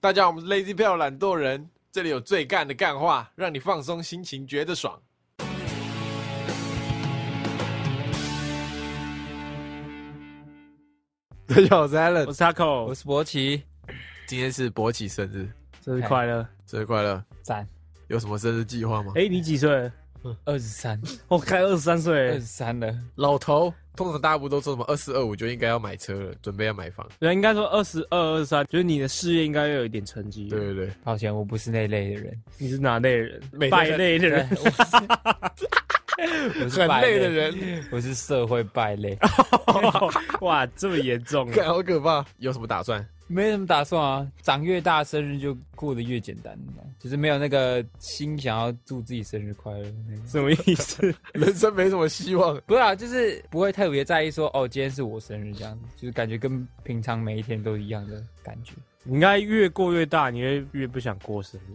大家好，我们是 Lazy 票懒惰人，这里有最干的干话，让你放松心情，觉得爽。 大家好，我是 Allen，我是 Taco，我是博奇，今天是博奇生日，哎生日快乐！生日快乐！赞，有什么生日计划吗？哎、你几岁？二十三，我开二十三二岁十，三了，老头，通常大家不都说什么二四二五就应该要买车了，准备要买房。啊人应该说二十二、二十三，就是你的事业应该要有一点成绩。对，对对，抱歉，我不是那类的 人，你是哪类人每天？败类的对人。我是我是 很败累的 人，我是社会败类， 哇，这么严重啊！干好可怕。有什么打算？没什么打算啊。长越大，生日就过得越简单了，就是没有那个心想要祝自己生日快乐的那种。什么意思？人生没什么希望。不是啊，就是不会特别在意说哦，今天是我生日这样子，就是感觉跟平常每一天都一样的感觉。你应该越过越大，你会越不想过生日。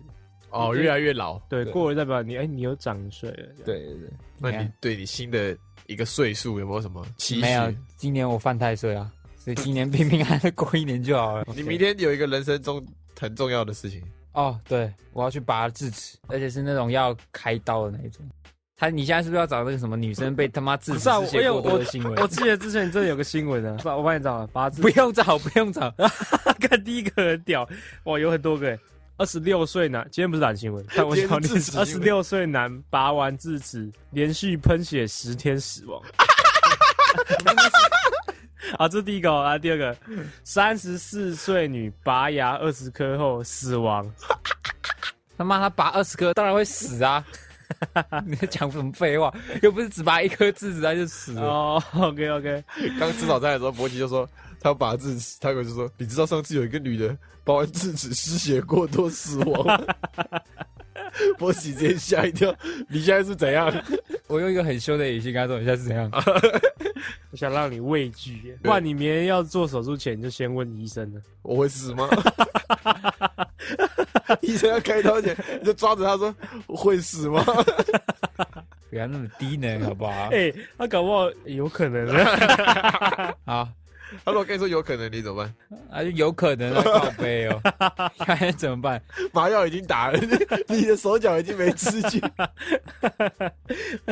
哦，越来越老。对，对过了代表你，哎、你又长一岁了。对对对，那你你看对你新的一个岁数有没有什么期没有许？，今年我犯太岁啊，所以今年平平安安地过一年就好了。你明天有一个人生中很重要的事情，哦，对，我要去拔智齿，而且是那种要开刀的那种。他，你现在是不是要找那个什么女生被他妈智齿不是啊失血过多的新闻？我记得之前真的有个新闻啊，我帮你找了八字不。用找，不用找。看第一个很屌，哇，有很多个。欸二十六岁男，今天不是懒 新闻，但我今天想念是智齿新二闻十六岁男拔完智齿，连续喷血十天死亡。 啊，这是第一个哦啊，第二个，三十四岁女拔牙二十颗后死亡。 他妈，他拔二十颗，当然会死啊！ 你在讲什么废话？又不是只拔一颗智齿他就死了。哦，OK OK，刚吃早餐的时候，伯奇就说他拔智齿，他哥就说：“你知道上次有一个女的拔完智齿失血过多死亡吗？” 伯奇直接吓一跳，你现在是怎样？我用一个很凶的语气跟他说：“你现在是怎样？我想让你畏惧，不然你明天要做手术前你就先问医生了。我会死吗？ 医生要开刀前你就抓着他说：“我会死吗 不要那么低能，好不 啊好哎、他搞不好有可能啊，？”啊，？” 他说：“我跟你说有可能，你怎么办啊，就有可能啊，靠背哦， 看怎么办？？”麻药已经打了， 你的手脚已经没知觉。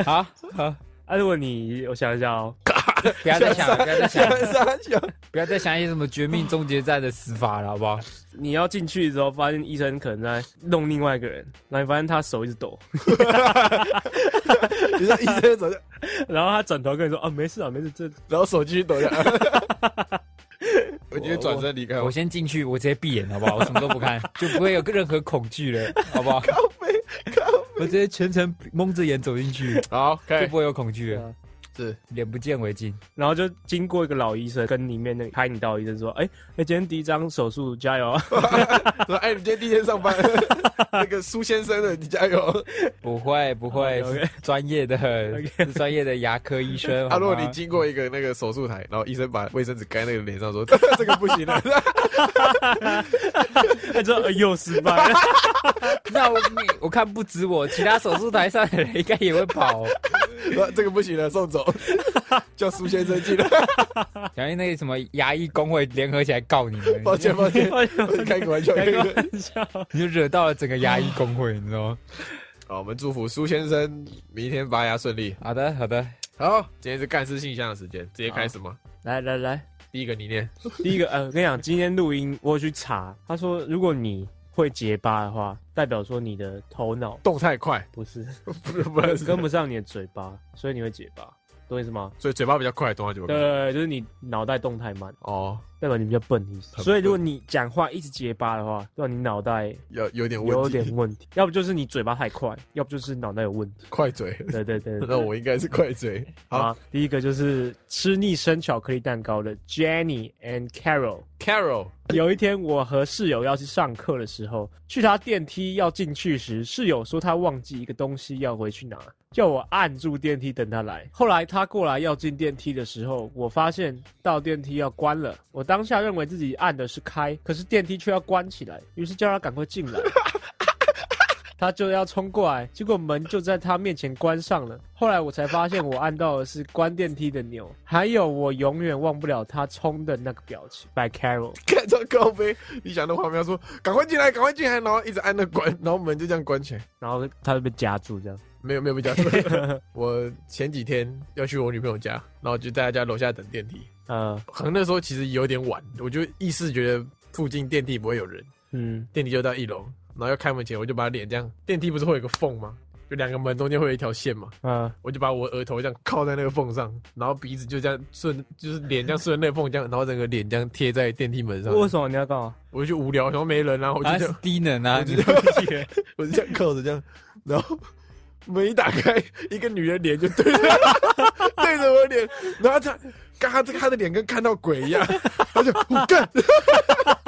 好好，啊，如果你，我想一下哦，不要再想了，不要 再想了。”傻笑。不要再想一些什么绝命终结战的死法了，好不好？你要进去之后，发现医生可能在弄另外一个人，然后你发现他手一直抖， 你说医生走，然后他转头跟你说：“啊，没事啊，没事，这然后手继续抖着。 我今天转身离开，我先进去，我直接闭眼，好不好？我什么都不 看，就不会有任何恐惧了，好不好？我直接全程蒙着眼走进去，好，可就以不会有恐惧了啊。是眼不见为净，然后就经过一个老医生，跟里面那个拍你刀的医生说：“哎、哎，今天第一张手术，加油啊说哎，你今天第一天上班， 那个苏先生的，你加油。不会不会，哦 OK，OK 是专业的，是专业的牙科医生。 啊，好如果吗你经过一个那个手术台，然后医生把卫生纸盖那个脸上说， 这个不行了， 他就说、呃又失败了，那我你我看不止我，其他手术台上的人应该也会跑。说这个不行了，送走， 叫苏先生 进来。小心那个什么牙医工会联合起来告你们，抱歉，抱 歉，开个玩笑，开开个个玩笑。玩笑。你就惹到了整个牙医工会，你知道吗？ 好，我们祝福苏先生明天拔牙顺利。好的好的，好，今天是干事信箱的时间，直接开始吗？”来来来，第一个你念，第一个，呃，我跟你讲，今天录音我有去查，他说如果你会结巴的话，代表说你的头脑动太快，不是 不是不是，跟不上你的嘴巴，所以你会结巴，懂我意思吗？所以嘴巴比较快，动到嘴巴对。对，对就是你脑袋动太慢。哦，代表你比较笨的意思。很所以如果笨你讲话一直结巴的话，代表你脑袋有有点有问点题，问题，要不就是你嘴巴太快，要不就是脑袋有问题。 快嘴。对对对那我应该是快嘴。好啊，第一个就是吃腻生巧克力蛋糕的 Jenny and Carol。 ，Carol，有一天，我和室友要去上课的时候，去他电梯要进去时，室友说他忘记一个东西要回去拿，叫我按住电梯等他来。后来他过来要进电梯的时候，我发现到电梯要关了，我当下认为自己按的是开，可是电梯却要关起来，于是叫他赶快进来。 他就要冲过来，结果门就在他面前关上了。后来我才发现，我按到的是关电梯的钮，还有我永远忘不了他冲的那个表情。By Carol，看到高飞，你想到画面，他说赶快进来，赶快进来，然后一直按那关，然后门就这样关起来。然后他就被夹住，这样。没有没有被叫我前几天要去我女朋友家，然后就在她家楼下等电梯。呃，可能那时候其实有点晚，我就意识觉得附近电梯不会有人，嗯，电梯就到一楼，然后要开门前我就把脸这样，电梯不是会有个缝吗？就两个门中间会有一条线嘛，呃，我就把我额头这样靠在那个缝上，然后鼻子就这样顺，就是脸这样顺着那缝这样，然后整个脸这样贴在电梯门上。为什么你要干嘛？我就无聊，然后没人啊，然后我就他这是样，低能啊！我你觉就得觉得我就这样靠着这样，然后门一打开，一个女人脸就对着 对着我脸，然后她，刚她她的脸跟看到鬼一样，她就我干，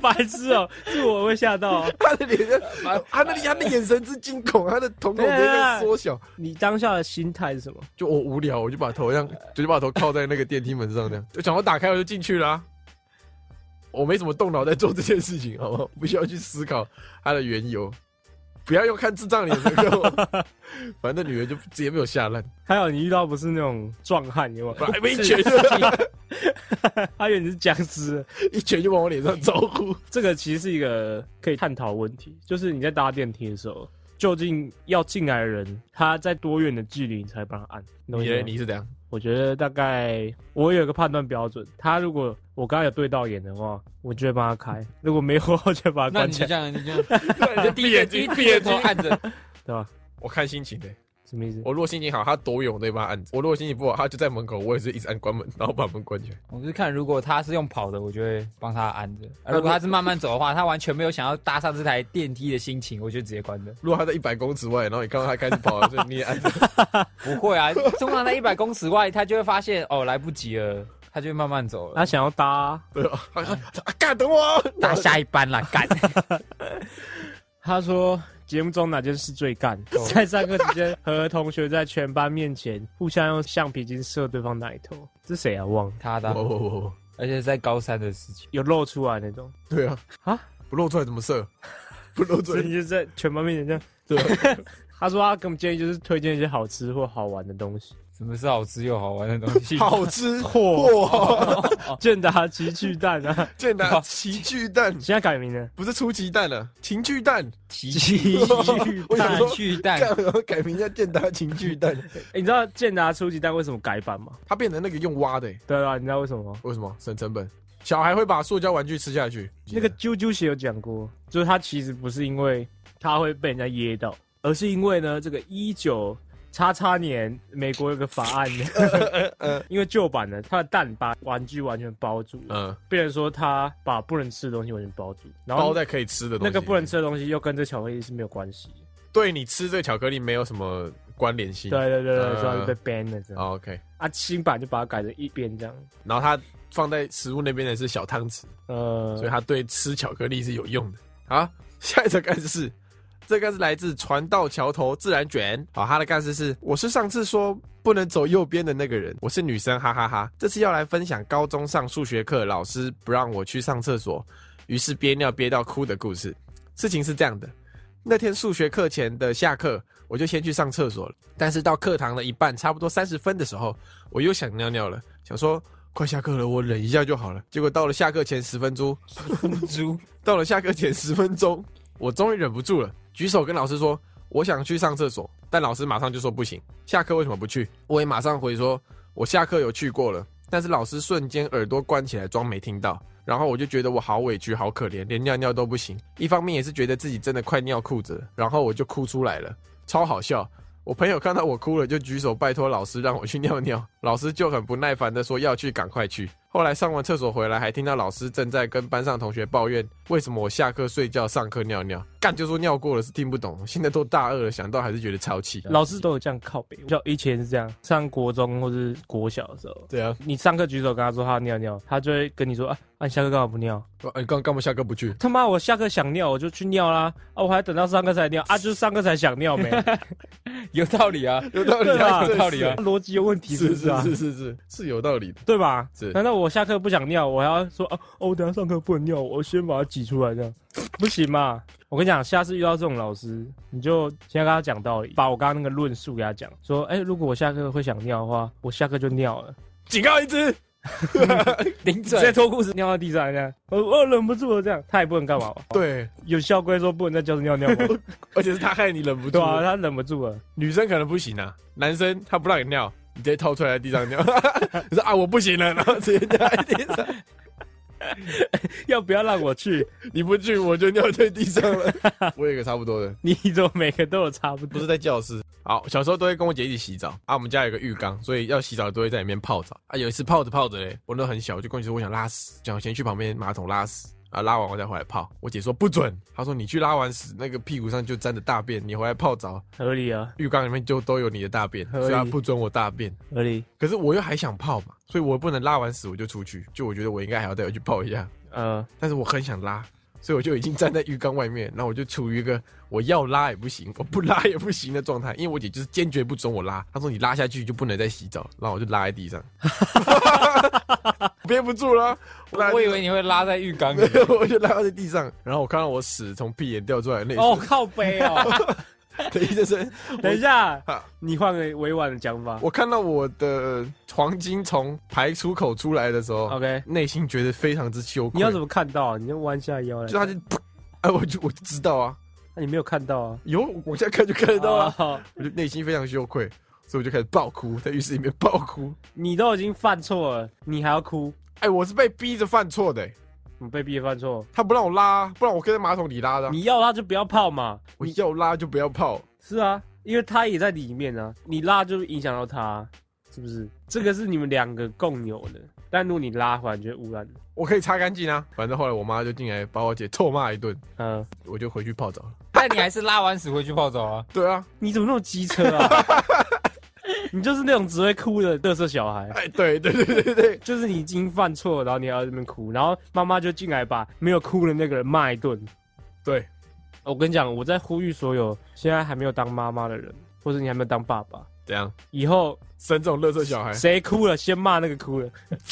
白痴哦、是我会吓到、哦。她的脸就，她的她的眼神之惊恐，她的瞳啊孔直接被缩小。 你当下的心态是什么？就我无聊，我就把头让，就就把头靠在那个电梯门上，这样，就想我打开我就进去啦、我没什么动脑在做这件事情，好不 好？不需要去思考它的缘由，不要用看智障脸的跟我。 反正那女人就直接被我吓烂，还有你遇到不是那种壮汉，有没不 有？然被一拳就他以为你是僵尸。一拳就往我脸上招 呼。这个其实是一个可以探讨的问题，就是你在搭电梯的时候，究竟要进来的人他在多远的距离你才帮他按？懂我你意思呢？吗你是怎样？我觉得大概我有一个判断标准，他如果我刚刚有对到眼的话，我就会帮他开；如果没有，我就把他那关你起就来，这样，你就 这样哎闭眼睛，闭眼眼头睛。按着，对吧？我看心情的、什么意思？我如果心情好，他躲远我对吧？按着；我如果心情不好，他就在门口，我也是一直按关门，然后把门关起来。我是看，如果他是用跑的，我就会帮他按着；那而如果他是慢慢走的话，他完全没有想要搭上这台电梯的心情，我就直接关的。如果他在一百公尺外，然后你看到他开始跑了，所以你也按 着。不会啊，通常在一百公尺外，他就会发现哦，来不及了，他就会慢慢走了他。想要搭，对吧？他说啊干等我，搭下一班啦，干！他说。节目中哪件事最干？哦在上课期间和同学在全班面前互相用橡皮筋射对方奶头，这谁啊？忘了，他的啊，我我我我，而且是在高三的事情，有露出来那种。对啊啊，不露出来怎么射？不露出所以 来你就在全班面前这样。对吧？ 他说他给我们建议就是推荐一些好吃或好玩的东西，什么是好吃又好玩的东西？ 好吃嚯，哇！健达奇趣蛋啊，健达奇趣蛋 现在改名 了，不是出奇蛋了，情趣蛋，奇奇趣我想蛋说巨哎干蛋，然后改名叫健达情趣蛋，欸你知道健达初级蛋为什么改版吗？它变成那个用挖的欸，对啊，你知道为什么吗？为什么省成本？小孩会把塑胶玩具吃下去，那个啾啾鞋有讲过，就是它其实不是因为它会被人家噎到，而是因为呢，这个一九叉叉年美国有个法案， 因为旧版的它的蛋把玩具完全包住了，嗯，变成说它把不能吃的东西完全包住，然包后在可以吃的东那西，个不能，吃的东西又跟这巧克力是没有关系的。对你吃这个巧克力没有什么关联性。对对对对，呃所以它就被 ban 了这样。哦，OK，啊，新版就把它改成一边这样。然后它放在食物那边的是小汤匙，呃，哦所以它对吃巧克力是有用的。好，下一则干事是，这个是来自船到桥头自然卷。好，它的干事是，我是上次说不能走右边的那个人，我是女生，哈哈哈这次要来分享高中上数学课，老师不让我去上厕所，于是憋尿憋到哭的故事。事情是这样的，那天数学课前的下课，我就先去上厕所了。但是到课堂的一半，差不多三十分的时候，我又想尿尿了，想说快下课了，我忍一下就好了。结果到了下课前十分钟， 猪到了下课前十分钟，我终于忍不住了，举手跟老师说我想去上厕所，但老师马上就说不行。下课为什么不去？我也马上回说，我下课有去过了，但是老师瞬间耳朵关起来，装没听到。然后我就觉得我好委屈，好可怜，连尿尿都不行。一方面也是觉得自己真的快尿裤子了，然后我就哭出来了，超好笑。我朋友看到我哭了，就举手拜托老师让我去尿尿，老师就很不耐烦的说要去赶快去。后来上完厕所回来，还听到老师正在跟班上同学抱怨为什么我下课睡觉，上课尿尿，干就说尿过了是听不懂，现在都大二了，想到还是觉得超气。老师都有这样靠背，就以前是这样，上国中或是国小的时候，对啊，你上课举手跟他说他要尿尿，他就会跟你说啊，啊你下课干嘛不尿？你呃刚干嘛下课不去？他妈我下课想尿我就去尿啦，啊我还等到上课才尿啊，就是上课才想尿 没？有道理啊，有道理对啊啊，有道理啊逻辑有问题是是不是是啊？是是是是有道理的，对吧？是难道我下课不想尿，我还要说啊，哦，我等一下上课不能尿，我先把它挤出来这样，不行嘛？我跟你讲，下次遇到这种老师，你就先跟他讲道理，把我刚刚那个论述给他讲，说，哎、如果我下课会想尿的话，我下课就尿了。警告一只，顶直接嘴，脱裤子尿到地上，这样，我我忍不住了，这样，他也不能干嘛。对，有校规说不能在教室尿尿吗，而且是他害你忍不住对。啊，他忍不住了，女生可能不行啊，男生他不让你尿，你直接掏出来在地上尿。 你说啊，我不行了，然后直接尿在地上，要不要让我去？你不去我就尿在地上了。我有一个差不多的，你怎么每个都有差不不多是？在教室。好，小时候都会跟我姐一起洗澡啊。我们家有个浴缸，所以要洗澡都会在里面泡澡啊。有一次泡着泡着嘞，我那时候很小，我就跟我姐说我想拉屎，想先去旁边马桶拉屎啊，拉完我再回来泡。我姐说不准，她说你去拉完屎，那个屁股上就沾着大便，你回来泡澡，合理啊，浴缸里面就都有你的大便，可以所以她不准我大便。合理。可是我又还想泡嘛，所以我不能拉完屎我就出去，就我觉得我应该还要再回去泡一下。呃，但是我很想拉，所以我就已经站在浴缸外面，然后我就处于一个我要拉也不行，我不拉也不行的状态，因为我姐就是坚决不准我拉，她说你拉下去就不能再洗澡，然后我就拉在地上， 憋不住了，我拉在我地 以上为你会拉在浴缸里。 我就拉在地上，然后我看到我屎从屁眼掉出来的那 哦，一靠背 哦，瞬的一声，等一 下啊，你换个委婉的讲法。我看到我的黄金从排出口出来的时候， OK，内心觉得非常之羞愧。你要怎么看到、啊？你就弯下腰来，就他就，哎、我就我就知道啊，那、你没有看到啊？有我现在看就看得到啊，哦我就内心非常羞愧，所以我就开始爆哭，在浴室里面爆哭。你都已经犯错了，你还要哭？哎、我是被逼着犯错的、欸你被逼犯错，他不让我拉，啊不然我跟在马桶里拉的啊、你要他就不要泡嘛。我要拉就不要泡，是啊，因为他也在里面啊，你拉就影响到他，啊是不是？这个是你们两个共有的，但如果你拉回来，你就会污染了。我可以擦干净啊。反正后来我妈就进来把我姐臭骂一顿，嗯、我就回去泡澡了。但你还是拉完屎回去泡澡啊？对啊，你怎么那么机车 啊？你就是那种只会哭的得瑟小孩。哎、对对对对对对，就是你已经犯错了，然后你还要在那边哭，然后妈妈就进来把没有哭的那个人骂一顿。对，我跟你讲，我在呼吁所有现在还没有当妈妈的人，或者你还没有当爸爸，怎样？以后生这种乐色小孩，谁哭了先骂那个哭了，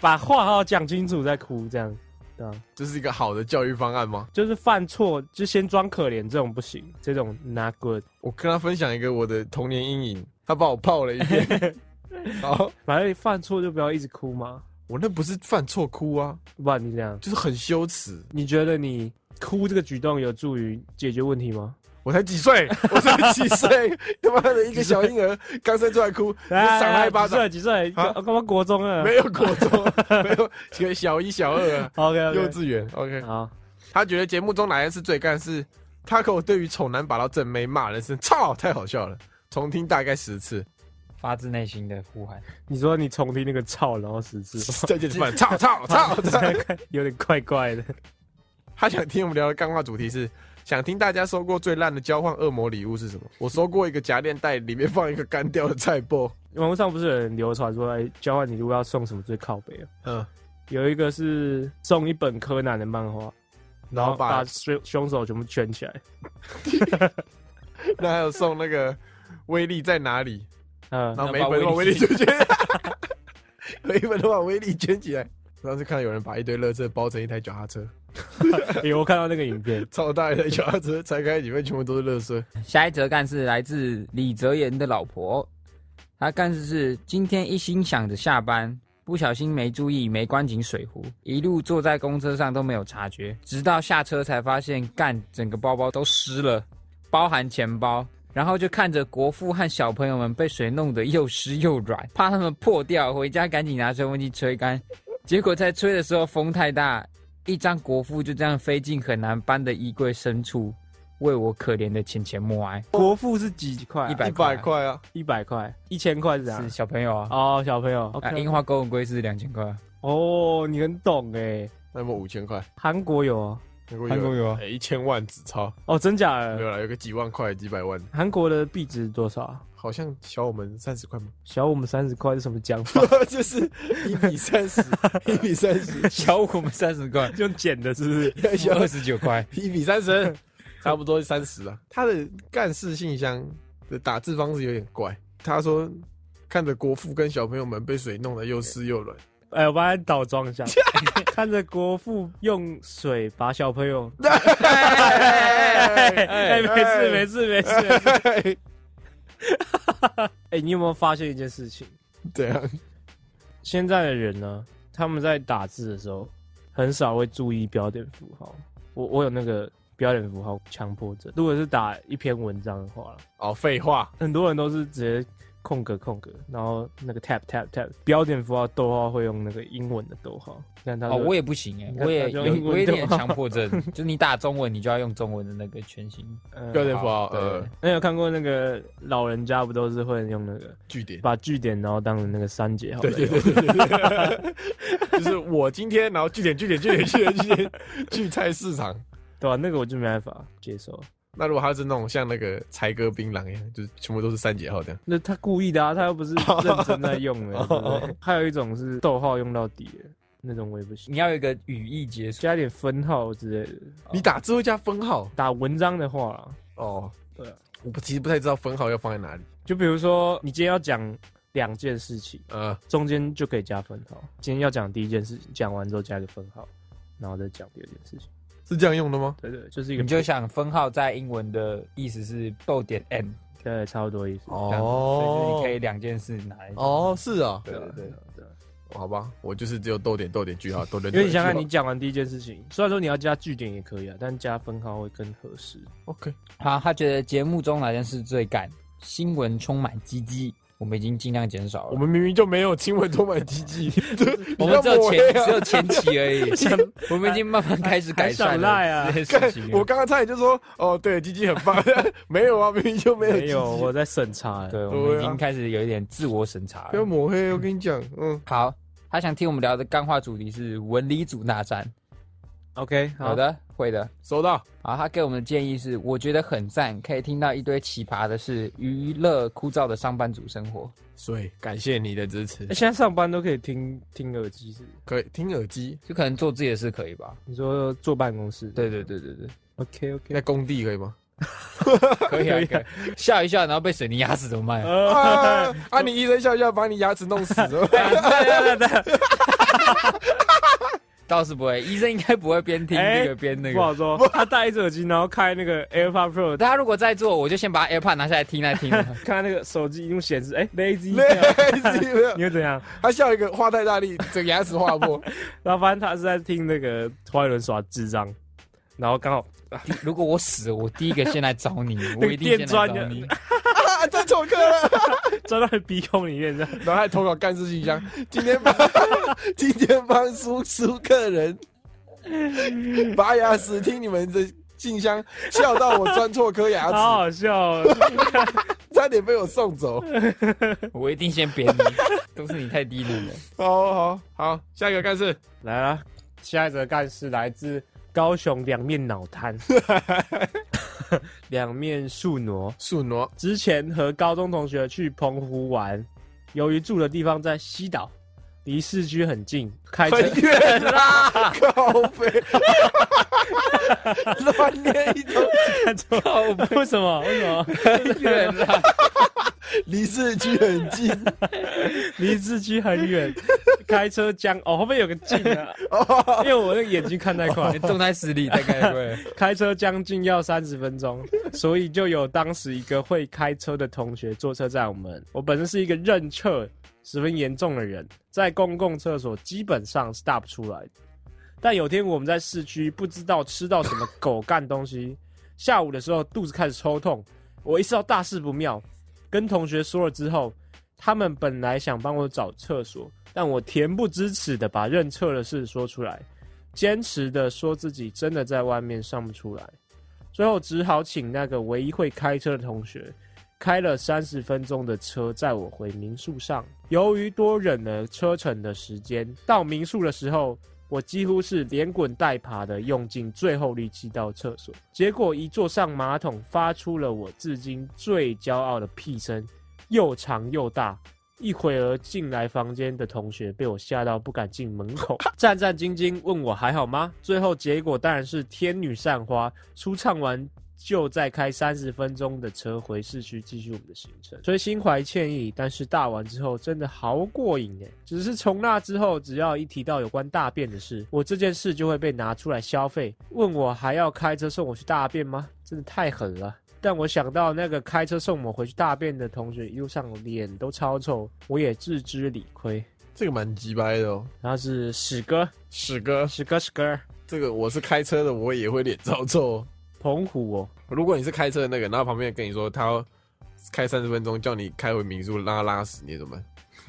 把话好好讲清楚再哭，这样。对啊，这是一个好的教育方案吗？就是犯错就先装可怜，这种不行，这种 not good。我跟他分享一个我的童年阴影，他把我泡了一遍。 好，反正你犯错就不要一直哭嘛，我那不是犯错哭啊，不然你这样，就是很羞耻。你觉得你哭这个举动有助于解决问题吗？我才几 岁，我才几岁，他妈的一个小婴儿刚生出来哭，你就赏他一巴掌，来哎几岁？几岁啊干嘛国中啊？没有国 中，没有几个小一、小二啊， OK 幼 OK，稚园。OK，好，他觉得节目中哪一次最干是 Taco 对于丑男把到正妹骂人声，操，太好笑了，重听大概十 次，发自内心的呼喊，你说你重听那个操，然后十 次，再见，饭，操 操操！操有点怪怪的。他想听我们聊的干话主题是。想听大家收过最烂的交换恶魔礼物是什么？我收过一个夹链袋，里面放一个干掉的菜包。网络上不是有人流传说，哎，交换礼物要送什么最靠北啊？嗯，有一个是送一本柯南的漫画，然后把把凶凶手全部圈起来。那还有送那个威力在哪里？嗯，然后每一本都把威力就捐，每一本都把威力捐起来。上次看到有人把一堆垃圾包成一台脚踏车，有我看到那个影片，超大一台脚踏车，拆开里面全部都是垃圾。下一则干事来自李泽言的老婆，他干事是今天一心想着下班，不小心没注意没关紧水壶，一路坐在公车上都没有察觉，直到下车才发现，干整个包包都湿了，包含钱包。然后就看着国父和小朋友们被水弄得又湿又软，怕他们破掉，回家赶紧拿吹风机吹干。结果在吹的时候风太大，一张国父就这样飞进很难搬的衣柜深处，为我可怜的钱钱默哀。 国父是几块啊？一百一百块啊！一百块，一千块是啥？是小朋友啊，哦，小朋友啊， ，OK，樱花勾吻龟是两千块，哦，你很懂哎。那么五千块，韩国有哦韩国韩有国有啊，哎一千万纸钞，哦，真假没有的？啦，有个几万块、几百万，韩国的币值多少啊？好像小我们三十块吗？ 小我们三十块是什么 讲法？就是一比三十，一比三十， 小我们三十块，用剪的，是不是？ 小二十九块，一比三十，差不多三十啊。他的干事信箱的打字方式有点怪，他说看着国父跟小朋友们被水弄得又湿又软，哎，我帮他倒装一 下，看着国父用水把小朋友， 哎， 哎没事没事没事没事。哎，你有没有发现一件事情？怎样？现在的人呢，他们在打字的时候很少会注意标点符号。我我有那个标点符号强迫症，如果是打一篇文章的话啦，哦，废话，很多人都是直接空格空格，然后那个 tap tap tap 标点符号逗号会用那个英文的逗号。但他哦，我也也不行哎、你看我也他就有用英文我有一点就强迫 症，就是你打中文，你就要用中文的那个全形。标呃，点符号，对呃，那有看过那个老人家不都是会用那个据点。把句点然后当成那个三节号来对用？对对对对，对就是我今天，然后据点据点据点据点据点去菜市场。对吧、那个我就没办法接受。那如果他是那种像那个才哥槟榔一样，就是全部都是三节号这样，那他故意的啊，他 又不是认真在用的。对不对还有一种是逗号用到底的那种，我也不行，你要有一个语义结束，加点分号之类的。你打字会加分号打文章的话啦，哦。对啊，我不其实不太知道分号要放在哪里。就比如说你今天要讲两件事情，呃，中间就可以加分号。今天要讲第一件事情，讲完之后加一个分号，然后再讲第二件事情。是这样用的吗？对对，就是一个你就想分号在英文的意思是逗点 n，对，差不多意思。这样子哦所以就是你可以两件事拿来讲。哦，是啊、对对对，对啊，好吧，我就是只有逗点、逗点、句 号、逗点。因为你想想，逗你点句讲完第一件事情，虽然说你要加句点也可以啊，但加分号会更合适。号 OK，好，他觉得节目中哪件事最干？新闻充满鸡鸡，我们已经尽量减少了。我们明明就没有亲吻充满鸡 鸡， 我们只有你要抹黑前啊只有前期而已， 我们已经慢慢开始改善还还想赖 啊了这些事情我。刚刚差点就说，哦，对，鸡鸡很棒， 没有啊，明明就没有鸡没鸡，有，我在审查。欸对，我们已对啊经开始有一点自我审查不要了。抹黑，我跟你讲，嗯，好，他想听我们聊的干话主题是文理组大战。 ，OK，好好的，会的。收到，好，他给我们的建议是，我觉得很赞，可以听到一堆奇葩的事，娱乐枯燥的上班族生活。所以感谢你的支持欸、，现在上班都可以听听耳机是不是？可以听耳机，就可能做自己的事可以吧？你说坐办公室？对对对对对， ，OK OK。在工地可以吗？可以啊，可以。笑一笑，然后被水泥压死怎么办？呃啊，啊你医生笑笑把你牙齿弄死 了，倒是不会，医生应该不会边听哎这个边那不个。好说，他戴一只耳机，然后开那个 AirPod Pro，大家如果在做，我就先把 AirPod 拿下来听来听。 看那个手机荧幕显示，哎、l a z y 类似没有你会怎样？他笑一个画太大力，整个牙齿划破，然后发现他是在听那个花轮耍智障，然后刚好如果我死了，我第一个先来找你，我个一定先来电钻找你。啊，真错课了。钻到你鼻孔里面，这样 然后还投稿干事信 箱，今天帮今天帮苏苏客人拔牙时听你们的信箱，笑到我钻错颗牙好齿，好笑、哦。 差点被我送走。我一定先扁你，都是你 太低能了。好好好，下一个干事，来啦，下一则干事来自高雄两面脑 瘫，两面树挪。树挪之前和高中同学去澎湖玩，由于住的地方在西岛，离市区很近，开车很远啦，靠背， 乱念一通， 为什么？为什么？对啦，离市区很近离市区很远，开车将哦，后面有个近啊， 哦因为我那个眼睛看太快，动态视力大概会。开车将近要三十分钟，所以就有当时一个会开车的同学坐车载我们。我本身是一个认厕十分严重的人，在公共厕所基本上是大不出来的。但有天我们在市区不知道吃到什么狗干东西， 下午的时候肚子开始抽痛，我意识到大事不妙，跟同学说了之后，他们本来想帮我找厕所，但我恬不知耻的把认厕的事说出来。坚持的说自己真的在外面上不出来，最后只好请那个唯一会开车的同学开了三十分钟的车载我回民宿上。由于多忍了车程的时间，到民宿的时候，我几乎是连滚带爬的用尽最后力气到厕所，结果一坐上马桶，发出了我至今最骄傲的屁声，又长又大。一会儿进来房间的同学被我吓到不敢进门口， 战战兢兢问我还好吗？最后结果当然是天女散花，舒畅完就再开三十分钟的车回市区继续我们的行程。所以心怀歉意，但是大完之后真的好过瘾哎！只是从那之后，只要一提到有关大便的事，我这件事就会被拿出来消费，问我还要开车送我去大便吗？真的太狠了。但我想到那个开车送我回去大便的同学，一路上脸都超臭，我也自知理亏。这个蛮鸡掰的哦。然后是史哥，史哥，史哥，史哥，这个我是开车的，我也会脸遭臭、哦。澎湖哦，如果你是开车的那个，然后旁边跟你说他要开三十分钟，叫你开回民宿拉拉屎，你怎么办？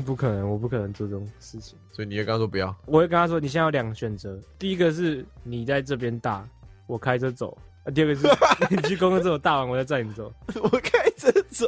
不可能，我不可能做这种事情。所以你就跟他说不要。我会跟他说，你现在有两个选择，第一个是你在这边大，我开车走；啊、第二个 是你去公共厕所大完，我再载你走。 我开车走。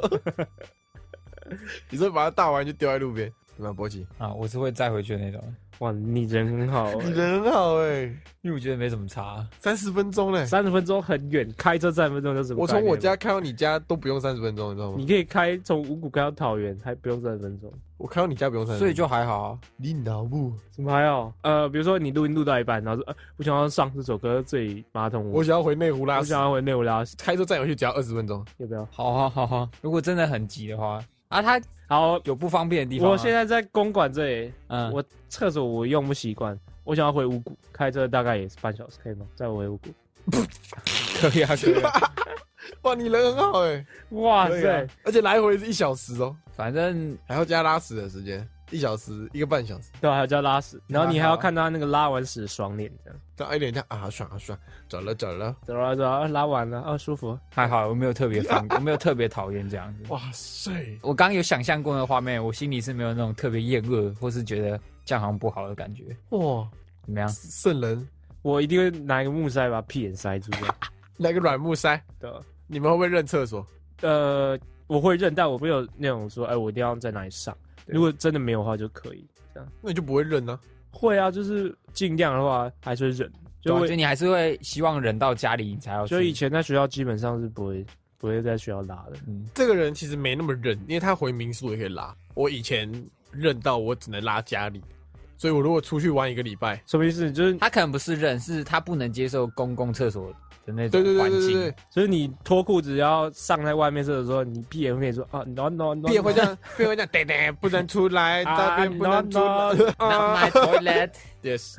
你说把它大完就丢在路边，对吧，波奇？啊，我是会载回去的那种，哇， 你人很好、你人很好哎，因为我觉得没什么差。三十分钟嘞。欸三十分钟很远，开车三十分钟就是我从我家，开到你家都不用三十分钟，你知道吗你？可以开从五股开到桃园，还不用三十分钟。我开到你家不用三十，所以就还好啊，你脑部。怎么还好？呃，比如说你录音录到一半，然后说、呃、我想要上厕所，可是这里马桶我想要回内湖拉我屎，想要回内湖拉屎，开车站回去只要二十分钟。要不要？好啊好啊。如果真的很急的话，啊，它好，有不方便的地方啊。我现在在公馆这里，嗯，我厕所我用不习惯，我想要回五股，开车大概也是半小时，可以吗？再回五股。可以啊，可以啊。哇，你人很好哎，哇可以啊塞，而且来回是一小时哦，反正还要加拉屎的时间，一小时一个半小时。对啊，还要叫拉屎，然后你还好要看他那个拉完屎的爽脸，这样这样一脸这样啊，爽啊爽，走了走了，走啊走啊，啊拉完了，啊舒服，还好，我没有特别烦，我没有特别讨厌这样子。哇塞！我刚刚有想象过的画面，我心里是没有那种特别厌恶或是觉得这样好像不好的感觉。哇，怎么样？圣人我一定会拿一个木塞把屁眼塞住这样。来个软木塞，对啊，你们会不会认厕所？呃，我会认，但我没有那种说，哎，我一定要在哪里上。对如果真的没有的话，就可以这样。那你就不会认啊。会啊，就是尽量的话还是会忍，就对啊会就你还是会希望人到家里你才要去。就以前在学校基本上是不会不会在学校拉的。嗯，这个人其实没那么认，因为他回民宿也可以拉。我以前认到我只能拉家里，所以我如果出去玩一个礼拜，什么意思？就是他可能不是认，是他不能接受公共厕所的那对种对对环对对境对。，就是你脱裤子要上在外面厕所的时候，你闭眼会说啊，no no no，便会这样，便会这样，对对，不能出来，啊大便不能出来 no，Not 啊 my toilet。 ，yes。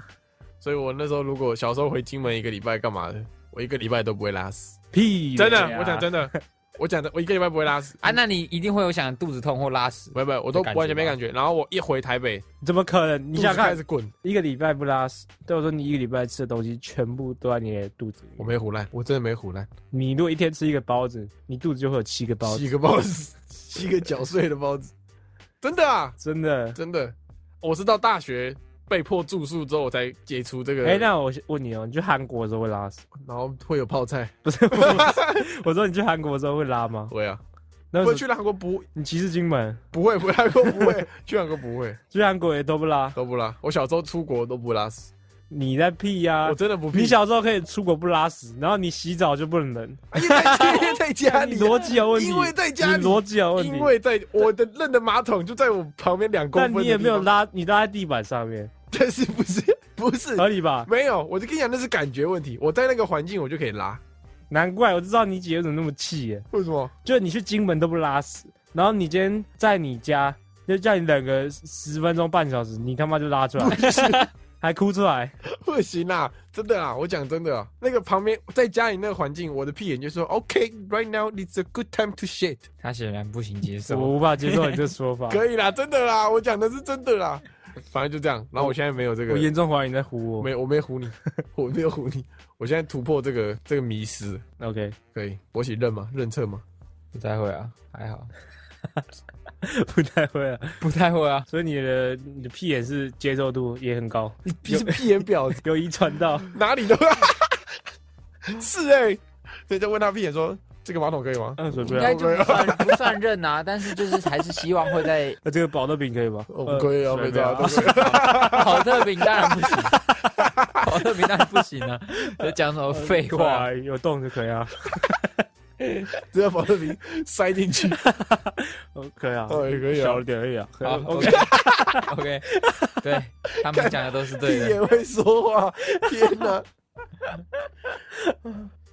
所以我那时候如果小时候回金门一个礼拜干嘛的，我一个礼拜都不会拉屎，屁嘞啊，真的，我讲真的，我讲的，我一个礼拜不会拉屎，啊，那你一定会有想肚子痛或拉屎。没有没有，我都没感觉完全没吗感觉。然后我一回台北，怎么可能？你肚想子想开看，始滚，一个礼拜不拉屎，对我说你一个礼拜吃的东西全部都在你的肚子里我面。没胡乱，我真的没胡乱，你如果一天吃一个包子，你肚子就会有七个包子，七个包 子，七个绞碎的包子， 真的啊，真的。真的，我是到大学被迫住宿之后，我才解除这个。哎，那我问你哦，你去韩国的时候会拉屎？然后会有泡菜，我说你去韩国的时候会拉吗？ 会啊， 那会时候去韩国不你歧视金门，不会，不会韩国不会，去韩国不会，去韩国也都不拉，都不拉。我小时候出国都不拉屎，你在屁呀我！真的不屁。啊你小时候可以出国不拉屎，然后你洗澡就不能。因为在因 为在家你里逻辑有问题，啊因为在家里你逻辑有啊，问题，因为在我的认的马桶就在我旁边两公但分，你也没有，拉，你拉在地板上面，但是不是不是 合理吧？没有，我就跟你讲那是感觉问题。我在那个环境我就可以拉，难怪我知道你姐怎么那么气耶，为什么？就你去金门都不拉屎，然后你今天在你家就叫你忍个十分钟半小时，你他妈就拉 出来，还哭出来，不行啦，真的啦，我讲真的啊，那个旁边在家里那个环境，我的屁眼就说 OK right now it's a good time to shit， 他显然不行接我哦受。无法接受你这说法。可以啦，真的啦，我讲的是真的啦，反正就这样。然后我现在没有这个我，严重怀疑你在唬我。没我没唬 你，我没有唬你，我现在突破这个这个迷失， OK， 可以，我起认吗？认测吗？不太会啊，还好， 不太会啊。不太会啊。所以你的你的屁眼是接受度也很 高，你你是屁眼婊子，有遗传到。 哪里都是哎、欸，所以就问他屁眼说这个马桶可以吗？嗯，随应便该就不啊。算 不算认啊，但是就是还是希望会 在那这个保乐饼可以吗？我不可以啊，呃没随错便啊，都可以跑啊特饼当然不行，跑特饼当然不行啊！在讲什么 废对话？啊，有洞就可以啊，只要把这瓶 塞进去，哦可以啊，哦，也可以啊小。一点而已啊。可 以好啊，OK OK，对他啊们讲的都是屁 对的。也会说话，天哪！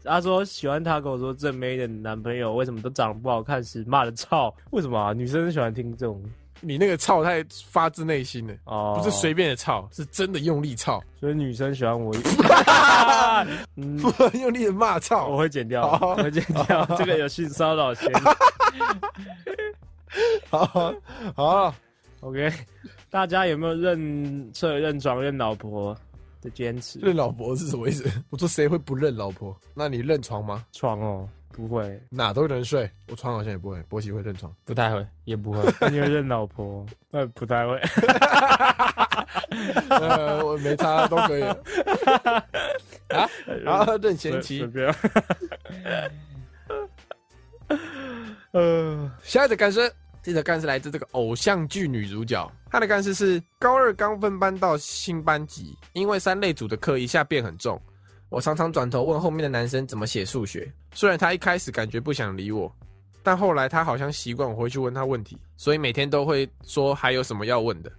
他说喜欢他跟我说正妹的男朋友为什么都长得不好看时骂的操，为什么啊？女生喜欢听这种你那个操太发自内心了，哦，不是随，便的操，是真的用力操，所以女生喜欢我，嗯，不用力的骂我操。会剪掉，好我会剪掉， 这个有性骚扰嫌疑。好， 好， OK，大 家有没有认彻认床认老婆的坚持？认老婆是什么意思？我说谁会不认老婆？那你认床吗？床哦，不会，哪都能睡，我床好像也不会。博喜会认 床，不太会，也 不会。那你会认老婆？ 那不太会。呃，我没差都 可以。啊然后认前 随妻，便。呃，下一则干事，这则干事来自这个偶像剧女主角，她的干事是高二刚分班到新班级，因为三类组的课一下变很重，我常常转头问后面的男生怎么写数学，虽然他一开始感觉不想理我，但后来他好像习惯我回去问他问题，所以每天都会说还有什么要问的。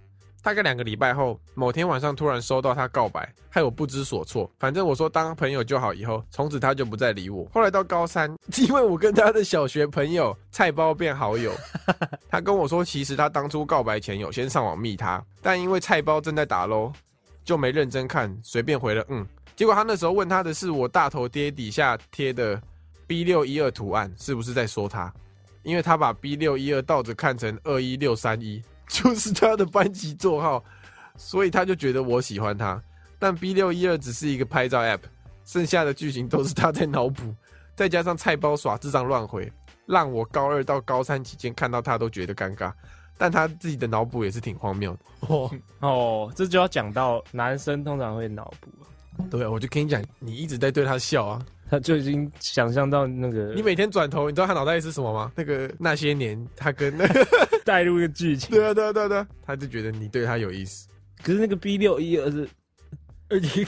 大概两个礼拜后，某天晚上突然收到他告白，害我不知所措。反正我说当朋友就好，以后从此他就不再理我。后来到高三， 因为我跟他的小学朋友菜包变好友，他跟我说其实他当初告白前有先上网密他，但因为菜包正在打喽，就没认真看，随便回了嗯。结果他那时候问他的是我大头贴底下贴的 B 六一二图案，是不是在说他？因为他把 B 六一二倒着看成二一六三一， 就是他的班级座号，所以他就觉得我喜欢他。但 B 六一二只是一个拍照 app，剩下的剧情都是他在脑补，再加上菜包耍智障乱回，让我高二到高三期间看到他都觉得尴尬。但他自己的脑补也是挺荒谬的。哦哦，这就要讲到男生通常会脑补，对啊，我就跟你讲，你一直在对他笑啊。他就已经想象到那个你每天转头，你知道他脑袋里是什么吗？那个那些年，他跟 那个带入一个剧情。对啊对啊对啊对啊，他就觉得你对他有意思。 可是那个 B 六一二是，而且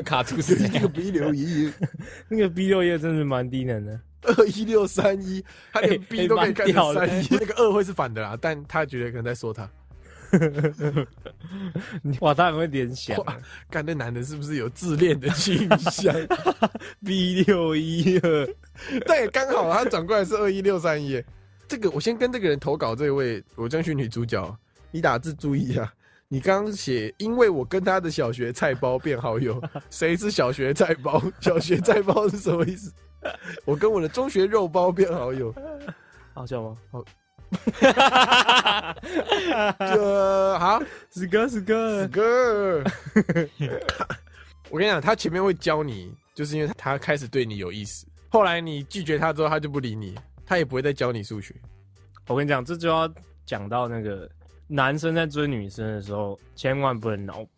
卡住是这样。 B 六一那个 B 六一二真是蛮低能的。二一六三一， 他连 B 都可以看成哎哎三蛮一， 那个二会是反的啦，但他觉得可能在说他。 哇，他很会联想哇，干那男的是不是有自恋的倾 向？ B 六一二，但也刚好他转过来是二一六三一。这个我先跟这个人投稿，这位我将去女主角，你打字注意啊。你刚刚写，因为我跟他的小学菜包变好友， 谁是小学菜包？小学菜包是什么意思？我跟我的中学肉包变好友，好笑吗？这好死哥死哥，哥， 我跟你讲，他前面会教你，就是因为他开始对你有意思，后来你拒绝他之后，他就不理你，他也不会再教你数学。我跟你讲，这就要讲到那个男生在追女生的时候，千万不能脑补。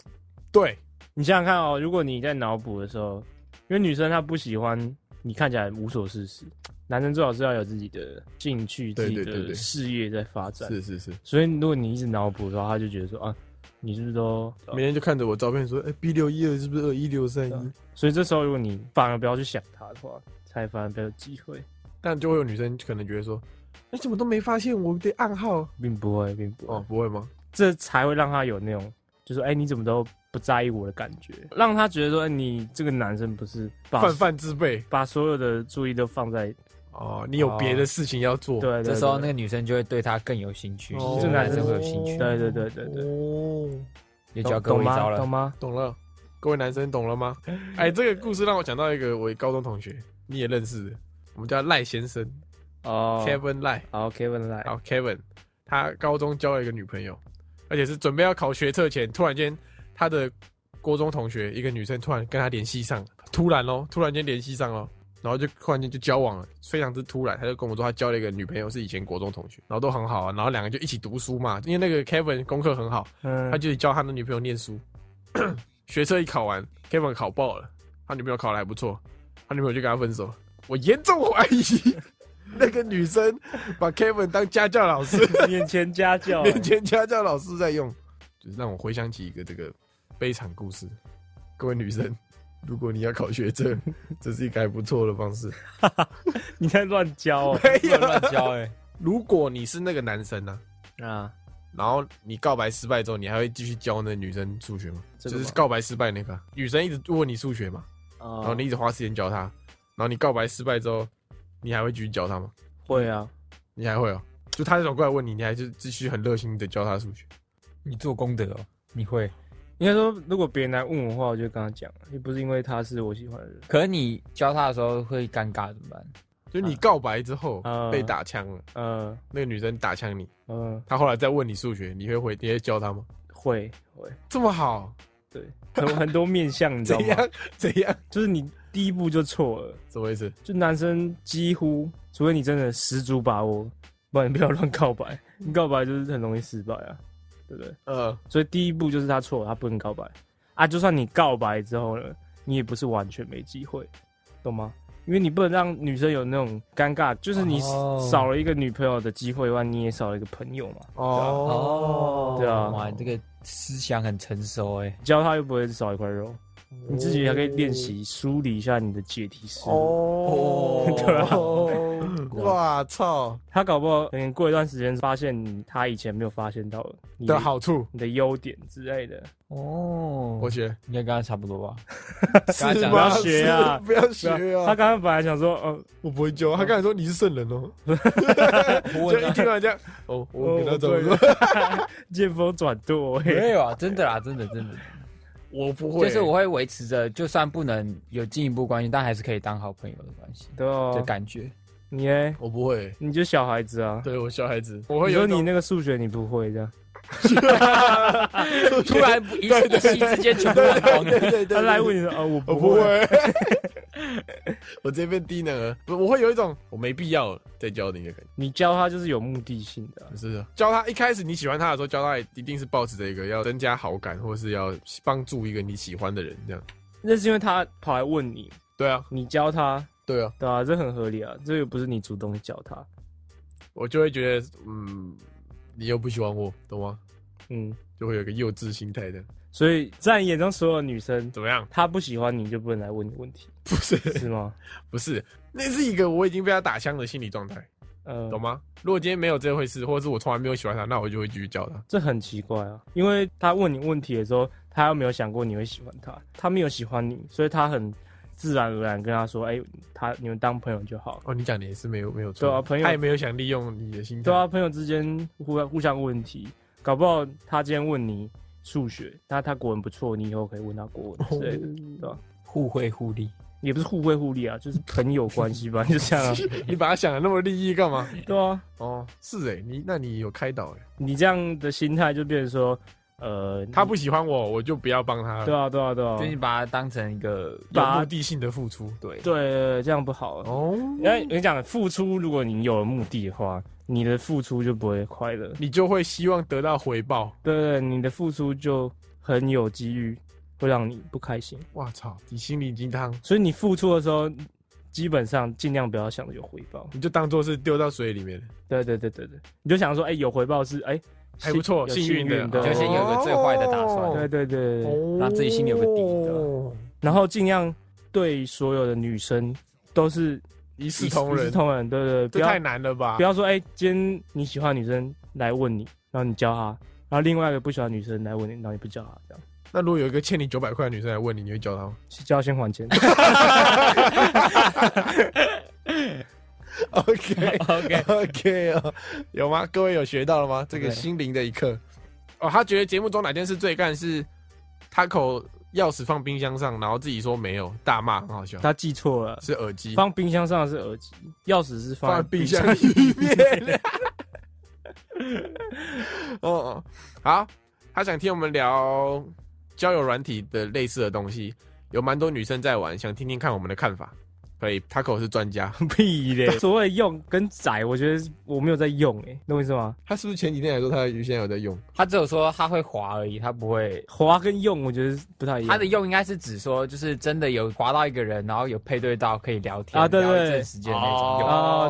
对，你想想看哦，如果你在脑补的时候，因为女生她不喜欢你看起来无所事事，男生最好是要有自己的兴趣、对自己对对的对事业在发展。是是是，所以如果你一直脑补的话，他就觉得说啊，你是不是都？每天就看着我照片说，哎、b 六一二是不是二一六三一对？所以这时候如果你反而不要去想他的话，才反而比较有机会，但就会有女生可能觉得说，你、怎么都没发现我的暗号？并不会，并不会。哦，不会吗？这才会让他有那种，就是哎、你怎么都不在意我的感觉，让他觉得说，哎、你这个男生不是把泛泛之辈把所有的注意都放在哦，你有哦别的事情要做。对对这时候那对个女生就会对他更有兴趣，哦，这这个男男生生会有兴趣，对对对对对哦，也懂教各位一懂招吗？了懂。吗？懂了，各位男生懂了吗？哎，这个故事让我想到一个我高中同学，你也认识的，我们叫赖先生、哦 Kevin 赖，好，Kevin 来，然后 Kevin 他高中交了一个女朋友，而且是准备要考学测前，突然间他的国中同学一个女生突然跟他联系上了，突然哦，突然间联系上了。然后就突然间就交往了，非常之突然。他就跟我说，他交了一个女朋友，是以前国中同学，然后都很好啊，然后两个就一起读书嘛。因为那个 Kevin 功课很好，嗯他，就教他的女朋友念书。 学车一考完，Kevin 考爆了，他女朋友考的还不错，他女朋友就跟他分手。我严重怀疑 那个女生把 Kevin 当家教老师， 面前家教， 面前家教老师在用，就是让我回想起一个这个悲惨故事。各位女生，如果你要考学车， 这是一个还不错的方式。你在乱教哦没有，乱教哎，如果你是那个男生呢、啊，然后你告白失败之后，你还会继续教那女生数学吗？这就个吗是告白失败那个啊女生一直问你数学嘛，然哦后你一直花时间教她，然后你告白失败之后，你还会继续教他吗？会啊，你还会哦、就他这种过来问你，你还是继续很热心的教他数学？你做功德哦，你会。应该说如果别人来问我的话，我就跟他讲，又不是因为他是我喜欢的人。可是你教他的时候会尴尬怎么办？就你告白之后啊被打枪了，呃那个女生打枪你，呃，她后来再问你数学，你会回你会教她吗？会会，这么好，对，很 很多面向，你知道怎吗？样怎样？就是你第一步就错了，什么意思？就男生几乎，除非你真的十足把握，不然你不要乱告白，你告白就是很容易失败啊，对不对？呃，所以第一步就是他错了，他不能告白啊。就算你告白之后呢，你也不是完全没机会，懂吗？因为你不能让女生有那种尴尬，就是你哦少了一个女朋友的机会以外，你也少了一个朋友嘛。哦对啊哇，这个思想很成熟哎。教他又不会少一块肉，你自己还可以练习梳理一下你的解题思路。哦对啊哇操他搞不好可能过一段时间发现你他以前没有发现到你的好处，你的优点之类的。哦，我学应该跟他差不 多吧？是刚才讲吗不要学啊 是不要对学啊！他刚刚本来想说，呃，我不会教，他刚才说你是圣人哦，我就问一他听到人家啊 哦，我给他怎么哦我 见风转舵、没欸，有啊，真的啦，真的真的，我不会，就是我会维持着，就算不能有进一步关系，但还是可以当好朋友的关系对哦的啊，感觉。你哎，我不会，你就小孩子啊。对我小孩子，我会你有说一种你那个数学你不会这样，突然一一夕之间全部忘光了。 对他来问你说，哦，我我不不会，会， 我这边低能儿，不我会有一种我没必要再教你的感觉。你教他就是有目的性的啊就，是教他一开始你喜欢他的时候，教他一定是抱持着一个要增加好感，或是要帮助一个你喜欢的人这样。那是因为他跑来问你，对啊，你教他，对啊，对啊，这很合理啊，这又不是你主动教他，我就会觉得，嗯，你又不喜欢我，懂吗？嗯，就会有一个幼稚心态的，所以在你眼中所有女生，怎么样？她不喜欢你就不能来问你问题，不是，是吗？不是，那是一个我已经被他打枪的心理状态，呃，懂？吗？如果今天没有这回事，或者是我从来没有喜欢他，那我就会继续教他。这很奇怪啊，因为他问你问题的时候，他又没有想过你会喜欢他，他没有喜欢你，所以他很自然而然跟他说，哎、他你们当朋友就好。哦，你讲的也是没有没有错，对啊朋友他也没有想利用你的心态，对啊，朋友之间互互相问题，搞不好他今天问你数学，那他国文不错，你以后可以问他国文之类的，对吧、 互惠互利。也不是互惠互利啊，就是朋友关系吧，就这样啊， 你把他想的那么利益干 嘛？对啊，哦，是哎、你那你有开导哎、你这样的心态就变成说，呃，他不喜欢我，我就不要帮他了，对啊，对啊，对哦啊，就你对把它当成一个有把目的性的付出。对，对对，这样不好啊。哦，因为你讲付出，如果你有了目的的话，你的付出就不会快乐，你就会希望得到回报。对对，你的付出就很有机遇会让你不开心，哇操，你心灵鸡汤，所以你付出的时候，基本上尽量不要想着有回报。你就当做是丢到水里面了。对对对对对，你就想说，哎、有回报是哎、还不错有幸运的运哦就先有个最坏的打算。哎对对对对，哦让自己心里有个底哦，然后尽量对所有的女生都是一视一同一视仁，同仁，对对对，不这要太难了吧不？要说哎、今天你喜欢的女生来问你，然后你教她，然后另外一个不喜欢的女生来问你，然后你不教她，这样那如果有一个欠你九百块的女生来问你，你会教她吗？是教先 还钱。 OK OK， OK 哦，有吗？各位有学到了吗？这个对心灵的一课。哦，他觉得节目中哪件事最干是他口钥匙放冰箱上，然后自己说没有，大骂很好笑。她记错了，是耳机放冰箱上的是耳机，钥匙是放放在在冰箱里面。 哦，好，他想听我们聊交友软体的类似的东西，有蛮多女生在玩，想听听看我们的看法。可以，Taco 是专家，屁嘞！所谓用跟窄，我觉得是我没有在用、哎，懂我意思吗？他是不是前几天还说他现在有在用？他只有说他会滑而已，他不会。滑跟用，我觉得不太一样。他的用应该是指说，就是真的有滑到一个人，然后有配对到可以聊天啊对对聊一阵时间的那种用。哦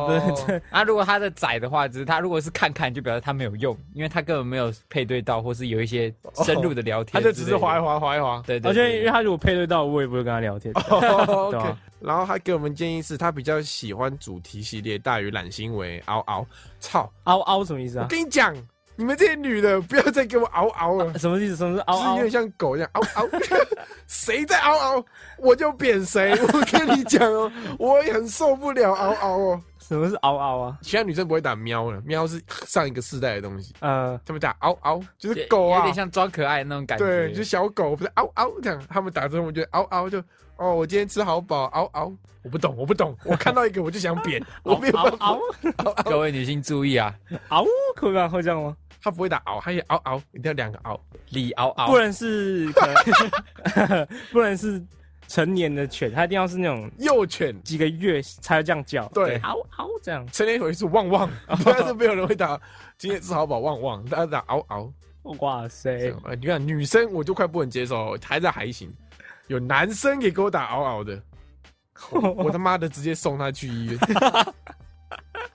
哦，对对，啊，如果他的窄的话，只是他如果是看看，就表示他没有用，因为他根本没有配对到，或是有一些深入的聊哦他天之类的。就只是滑一滑，滑一滑。对对而对且因为他如果配对到，我也不会跟他聊天。 哦对 OK，啊然后他给我们建议是，他比较喜欢主题系列大于懒行为，嗷嗷操！凹凹什么意思我啊？跟你讲，你们这些女的不要再给我嗷 嗷了，什么意思？什么是嗷就是有嗷？点像狗一样嗷嗷， 谁在嗷嗷我就扁谁。我跟你讲 哦，我也很受不了嗷嗷哦。什么是嗷嗷啊？其他女生不会打喵了，喵是上一个世代的东西，呃，他们打嗷嗷就是狗啊有，点像装可爱的那种感觉。对，就是小狗不是嗷嗷这样，他们打之后我们就嗷嗷就哦，我今天吃好饱嗷嗷，我不懂我不懂，我看到一个我就想扁，我没有办法，嗷各位女性注意啊，嗷，可以吗？ 会这样吗？他不会打嗷，他也嗷嗷，一定要两个嗷，李嗷嗷不，能是， 不能是成年的犬，它一定要是那种幼犬几个月才会这样叫，对嗷嗷这样。成年回是旺旺， 但是没有人会打今天吃好饱旺旺，大家打嗷嗷。哇塞，啊，你看女生我就快不能接受，还在还行，有男生也给我打嗷嗷的，我我他妈的直接送他去医院。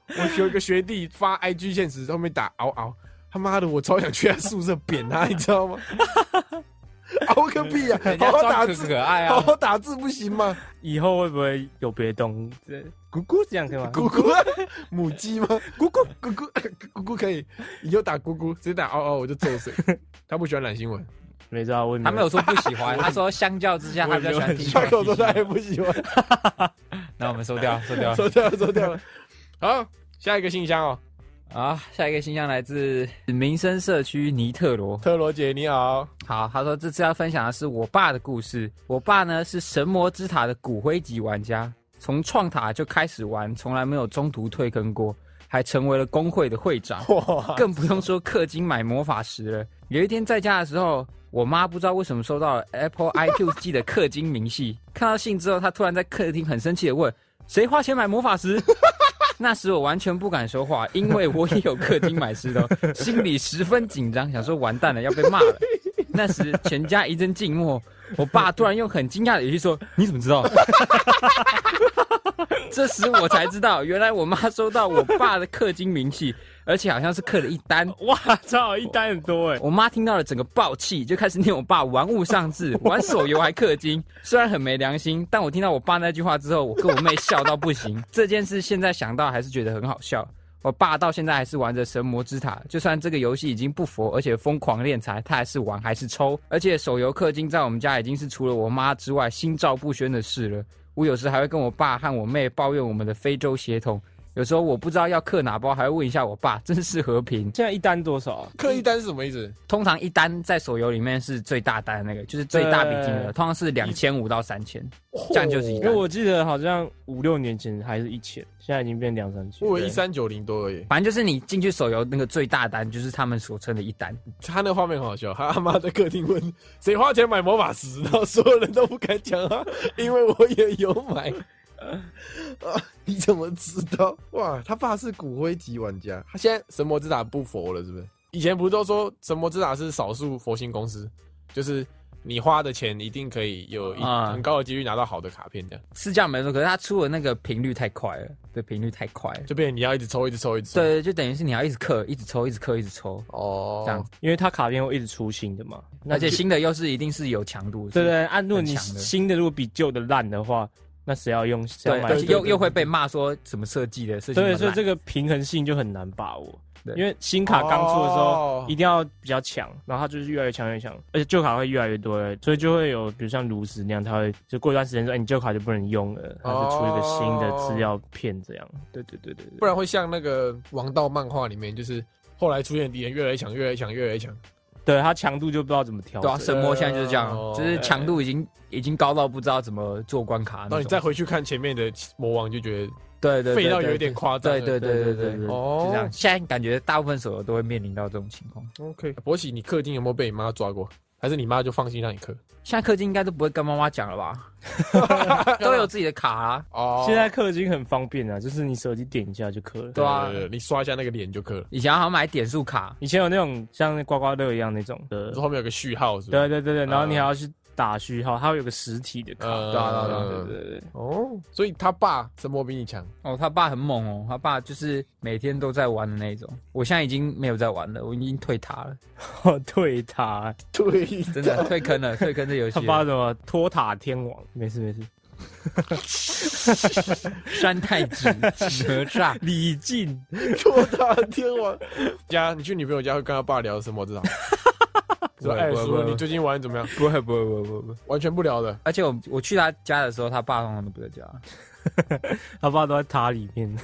我有一个学弟发 IG 现实，后面打嗷嗷，他妈的我超想去他宿舍扁他，你知道吗？嗷个屁啊！人好家好装打可字，可爱好啊。好打字不行吗？ 以后会不会有别的动物？这咕咕这样可以吗？咕咕，母鸡吗？咕咕咕咕咕咕可以，你就打咕咕，直接打嗷嗷我就揍谁。他不喜欢懒新闻，没知道，我也没他没有说不喜欢，他说相较之下，他比较喜欢听小他跟我说提他琴也不喜欢。那我们收掉，收掉收掉了，收掉了。好，下一个信箱哦，啊！下一个信箱来自民生社区尼特罗，特罗姐你好，好，他说这次要分享的是我爸的故事。我爸呢是神魔之塔的骨灰级玩家，从创塔就开始玩，从来没有中途退坑过，还成为了工会的会长，哇，更不用说氪金买魔法石了。有一天在家的时候，我妈不知道为什么收到了 Apple iTunes 寄的氪金明细，看到信之后，她突然在客厅很生气的问：“谁花钱买魔法石？”那时我完全不敢说话，因为我也有氪金买石头，心里十分紧张，想说完蛋了要被骂了。那时全家一阵静默，我爸突然用很惊讶的语气说：“你怎么知道？” 这时我才知道，原来我妈收到我爸的氪金明细，而且好像是氪了一单。哇，操，一单很多哎，我妈听到了整个爆气，就开始念我爸玩物丧志，玩手游还氪金，虽然很没良心，但我听到我爸那句话之后，我跟我妹笑到不行。这件事现在想到还是觉得很好笑。我爸到现在还是玩着神魔之塔，就算这个游戏已经不佛，而且疯狂敛财，他还是玩，还是抽。而且手游氪金在我们家已经是除了我妈之外心照不宣的事了。我有时还会跟我爸和我妹抱怨我们的非洲血统，有时候我不知道要氪哪包，还会问一下我爸，真是和平。现在一单多少啊？刻一单是什么意思？通常一单在手游里面是最大单的那个，就是最大笔金额，对通常是两千五到三千，这样就是一因单为。我记得好像五六年前还是一千，现在已经变两三千。我以为一三九零多而已。反正就是你进去手游那个最大单，就是他们所称的一单。他那画面很好笑，他他妈在客厅问谁花钱买魔法石，然后所有人都不敢讲啊， 因为我也有买。啊， 你怎么知道？哇，他爸是骨灰级玩家，他现在神魔之塔不佛了，是不是？以前不是都说神魔之塔是少数佛心公司，就是你花的钱一定可以有一、啊很高的几率拿到好的卡片，这样是这样没错，可是它出的那个频率太快了，对，频率太快了。就变成你要一直抽，一直抽，一直抽。，对，就等于是你要一直氪，一直抽，一直氪，一直抽，哦，这样子。因为它卡片会一直出新的嘛，那而且就新的又是一定是有强度，对是对，按、如果你很强的新的如果比旧的烂的话，那谁要用？谁对，要买而且新的？又又会被骂说什么设计的事情很对，烂。所以这个平衡性就很难把握。对因为新卡刚出的时候哦，一定要比较强，然后它就是越来越强越强，而且旧卡会越来越多，所以就会有比如像炉石那样，它会就过一段时间说，哎，你旧卡就不能用了，它就出一个新的资料片这样。对对对对对，不然会像那个王道漫画里面，就是后来出现的敌人越来越强，越来越强，越来越强。对它强度就不知道怎么调对啊，整。神魔现在就是这样，哦就是强度已经已经高到不知道怎么做关卡那然种。后你再回去看前面的魔王，就觉得对对对废到对有一点夸张。对对对对对对，哦就这样。现在感觉大部分手游都会面临到这种情况， ，OK。博喜，你氪金有没有被你妈抓过？还是你妈就放心让你氪？现在氪金应该都不会跟妈妈讲了吧？ 都有自己的卡啊，哦现在氪金很方便啊，就是你手机点一下就氪了。对啊你刷一下那个脸就氪了。以前好像买点数卡，以前有那种像刮刮乐一样那种的这，后面有个序号是吧？对对对对，然后你还要去打序号，它会有个实体的卡。呃对啊对啊对对对对。哦，所以他爸神魔比你强，哦，他爸很猛哦，他爸就是每天都在玩的那种。我现在已经没有在玩了，我已经退塔了，哦，对塔，对， 真的退坑了，退坑这游他戏了。发什么托塔天王？没事没事，山太 子哪吒，李靖，我大天王家，你去女朋友家会跟他爸聊什么？这种说哎，不会不叔，会你最近玩得怎么样？不会不会不会不会。完全不聊的。而且我我去他家的时候，他爸通常都不在家。 他爸都在塔里面。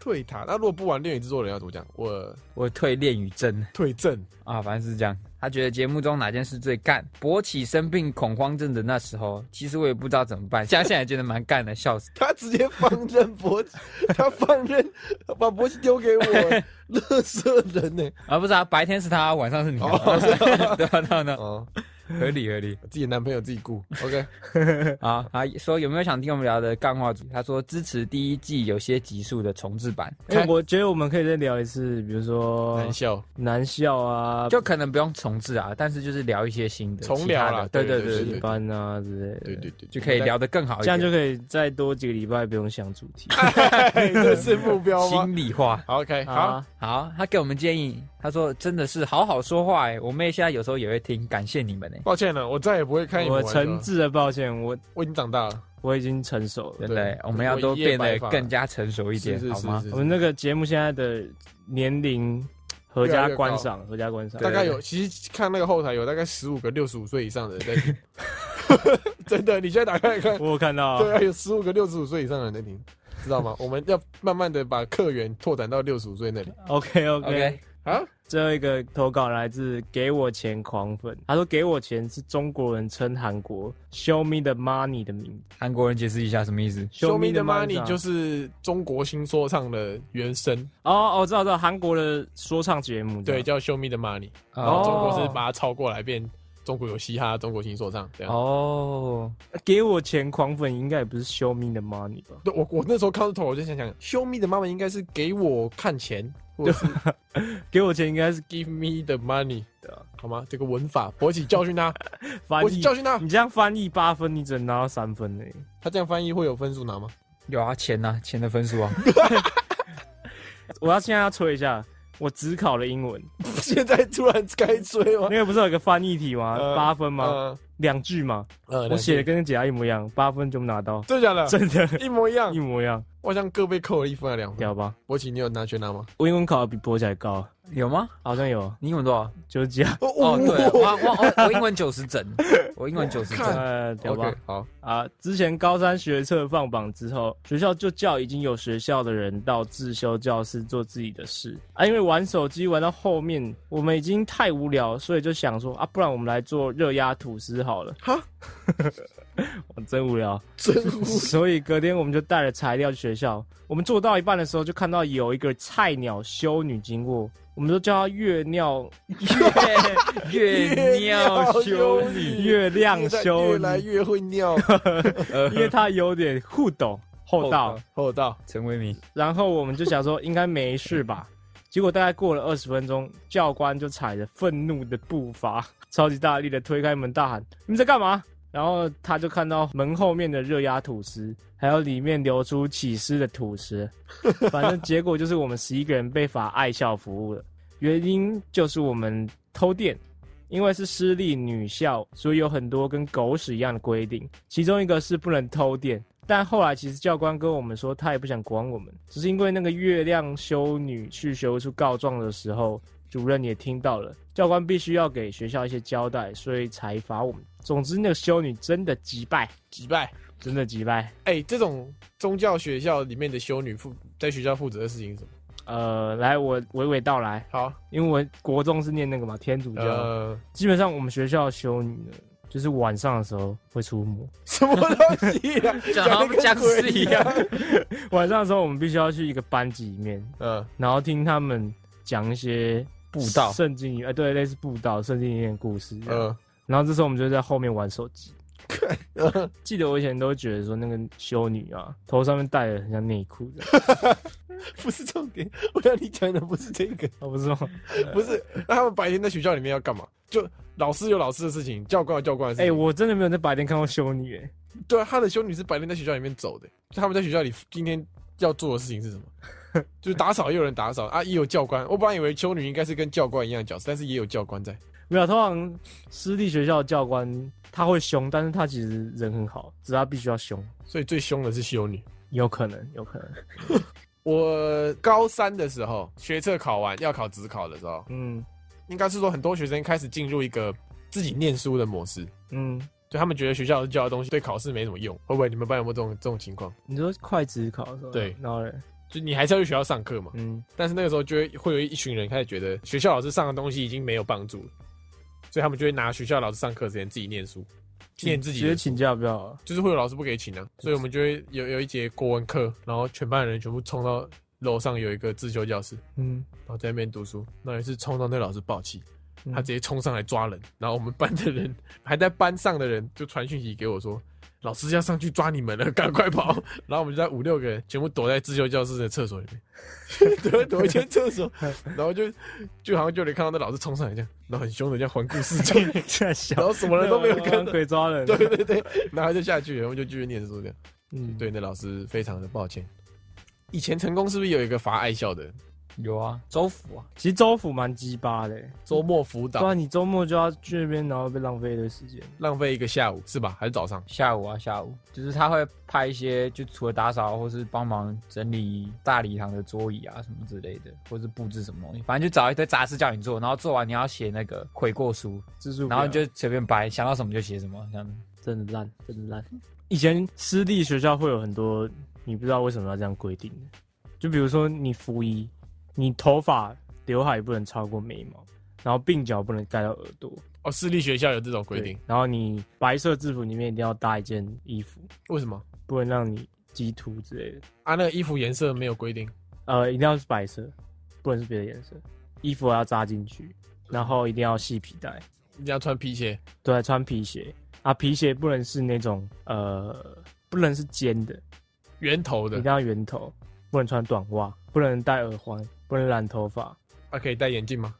退塔，那如果不玩恋与制作人要怎么讲？我我退恋与真退阵，啊，反正是这样。他觉得节目中哪件事最干？勃起生病恐慌症的那时候，其实我也不知道怎么办，加现在觉得蛮干的，笑死。他直接放任博，他放任把博奇丢给我，乐色人呢、啊，不是啊，白天是他，晚上是你啊，哦对吧？那那哦，合理合理。自己男朋友自己顾。OK，啊啊！说有没有想听我们聊的干话组？他说支持第一季有些集数的重置版，哎，我觉得我们可以再聊一次，比如说难笑，男校啊、就可能不用重置啊，但是就是聊一些新的重聊啦其他的对对对对对对对，一班啊之类的，对对对，就可以聊得更好一这样点，就可以再多几个礼拜不用想主题。哎。这是目标吗心里话。好？OK，好好，啊，好，他给我们建议，他说真的是好好说话哎、我妹现在有时候也会听，感谢你们哎、抱歉了，我再也不会看你们我玩了诚挚的抱歉，我我已经长大了，我已经成熟了。真的、欸对，我们要我都一夜变白得发更加成熟一是点，是好是吗？是我们是，那个节目现在的年龄，合越来家越高观赏，合家观赏。大概有，其实看那个后台有大概十五个六十五岁以上的人在听， 真的，你现在打开来看，我有看到对啊，啊，有十五个六十五岁以上的人在听，知道吗？我 们要慢慢的把客源拓展到六十五岁那里 OK OK OK。啊。最后一个投稿来自“给我钱狂粉”，他说：“给我钱是中国人称韩国 ‘show me the money’ 的名字韩国人解释一下什么意思？ Show me the money 啊就是中国新说唱的原声，哦哦，我知道，知道，韩国的说唱节目这对，样叫 Show me the money，哦然后中国是把它抄过来变中国有嘻哈，中国新说唱这样。哦，给我钱狂粉应该也不是 show me the money 吧？对，我我那时候看到头，我就想想，Show me the money 应该是给我看钱，或者是给我钱应该是 Give me the money，对啊好吗？这个文法，博起教训他，翻博译起，教训他，你这样翻译八分，你只能拿到三分呢、他这样翻译会有分数拿吗？有啊，钱呐、啊，钱的分数啊，我要现在要吹一下，我只考了英文， 现在突然开吹吗 那？个不是有个翻译题吗？呃八、分吗？呃两、句吗？呃我写的跟解答一模一样，八分就 拿到，真的假的？真的，一模一样一，模一样，我好像各被扣了一分还是两分。屌吧？博奇，你有拿全拿吗？我英文考的比博仔高，有吗？好像有，你英文多少？就是 这样。哦，对，我哇我我我英文九十整， 我英文九十看整，呃，屌吧，OK，？好，啊，之前高三学测放榜之后，学校就叫已经有学校的人到自修教室做自己的事啊。因为玩手机玩到后面，我们已经太无聊，所以就想说啊，不然我们来做热压吐司好了。 哈，我真无聊。真无所以隔天我们就带了材料去学校。我们做到一半的时候，就看到有一个菜鸟修女经过，我们就叫她月尿 月月尿尿羞羞女女，月亮修越女，来越会尿， 因为她有点互懂 厚道。厚道，陈为 民，然后我们就想说应该没事 吧，结果大概过了二十分钟，教官就踩着愤怒的步伐， 超级大力的推开门，大喊：“你们在干嘛？”然后他就看到门后面的热压吐司，还有里面流出起司的吐司，反正结果就是我们十一个人被罚爱校服务了。原因就是我们偷电，因为是私立女校，所以有很多跟狗屎一样的规定，其中一个是不能偷电。但后来其实教官跟我们说，他也不想管我们，只是因为那个月亮修女去学务处告状的时候，主任也听到了，教官必须要给学校一些交代，所以才罚我们。总之，那个修女真的击败，击败。真的击败。哎，这种宗教学校里面的修女负在学校负责的事情是什么？呃，来，我娓娓道来，好，因为我国中是念那个嘛天主教，呃，基本上我们学校的修女呢，就是晚上的时候会出没。 什么东西呀？讲得好像讲僵得跟尸鬼一样。晚上的时候，我们必须要去一个班级里面， 嗯，然后听他们讲一些布道圣经里，哎、对，类似布道、圣经里面的故事。嗯，呃，然后这时候我们就在后面玩手机。记得我以前都觉得说那个修女啊，头上面戴的很像内裤的，不是重点，我要你讲的不是这个，哦，不是吗？不是。 那他们白天在学校里面要干嘛？就老师有老师的事情，教官有教官的事哎、情。我真的没有在白天看过修女、哎，对啊，他的修女是白天在学校里面走的，就他们在学校里今天要做的事情是什么？ 就是打扫也有人打扫啊，也有教官。我本来以为修女应该是跟教官一样的角色，但是也有教官在。没有，通常私立学校的教官他会凶，但是他其实人很好，只是他必须要凶，所以最凶的是修女。有可能，有可能，我高三的时候，学测考完要考职考的时候，嗯应该是说很多学生开始进入一个自己念书的模式，嗯，就他们觉得学校教的东西对考试没什么用。会不会你们班有没有这种这种情况？你说快职考的时候，对然后嘞，就你还是要去学校上课嘛？嗯，但是那个时候就会会有一群人开始觉得学校老师上的东西已经没有帮助了，所以他们就会拿学校老师上课时间自己念书，念自己直接的书请假比较好，就是会有老师不给请啊，所以我们就会有有一节国文课，然后全班人全部冲到楼上有一个自修教室，嗯，然后在那边读书。那有一次冲到那老师爆气，嗯他直接冲上来抓人，然后我们班的人还在班上的人就传讯息给我说。老师要上去抓你们了，赶快跑！ 然后我们就在五六个人全部躲在自修教室的厕所里面， 躲躲一间厕所，然后就就好像就得看到那老师冲上来这样，然后很凶的这样环顾四周，在小然后什么人都没有看到， 鬼抓人，对对对，然后就下去了，然后就继续念书这样。嗯，对那老师非常的抱歉。以前成功是不是有一个罚爱笑的有啊，州府啊，其实州府蛮鸡巴的，周末辅不导，然你周末就要去那边，然后被浪费一堆时间。浪费一个下午是吧？还是早上？下午啊下午，就是他会派一些，就除了打扫或是帮忙整理大礼堂的桌椅啊什么之类的，或是布置什么东西，反正就找一堆杂事叫你做，然后做完你要写那个悔过书，自助表然后你就随便掰，想到什么就写什么，这样子。真的烂，真的烂。以前私立学校会有很多你不知道为什么要这样规定的，就比如说你服役，你头发刘海不能超过眉毛，然后鬓角不能盖到耳朵哦，私立学校有这种规对定，然后你白色制服里面一定要搭一件衣服，为什么？不能让你鸡突之类的，啊，那个衣服颜色没有规定，呃，一定要是白色，不能是别的颜色，衣服还要扎进去，然后一定要系皮带。你要穿皮鞋，对，穿皮鞋啊，皮鞋不能是那种呃，不能是尖的，圆头一定的，要圆头，不能穿短袜，不能戴耳环，不能染头发，啊，可以戴眼镜吗？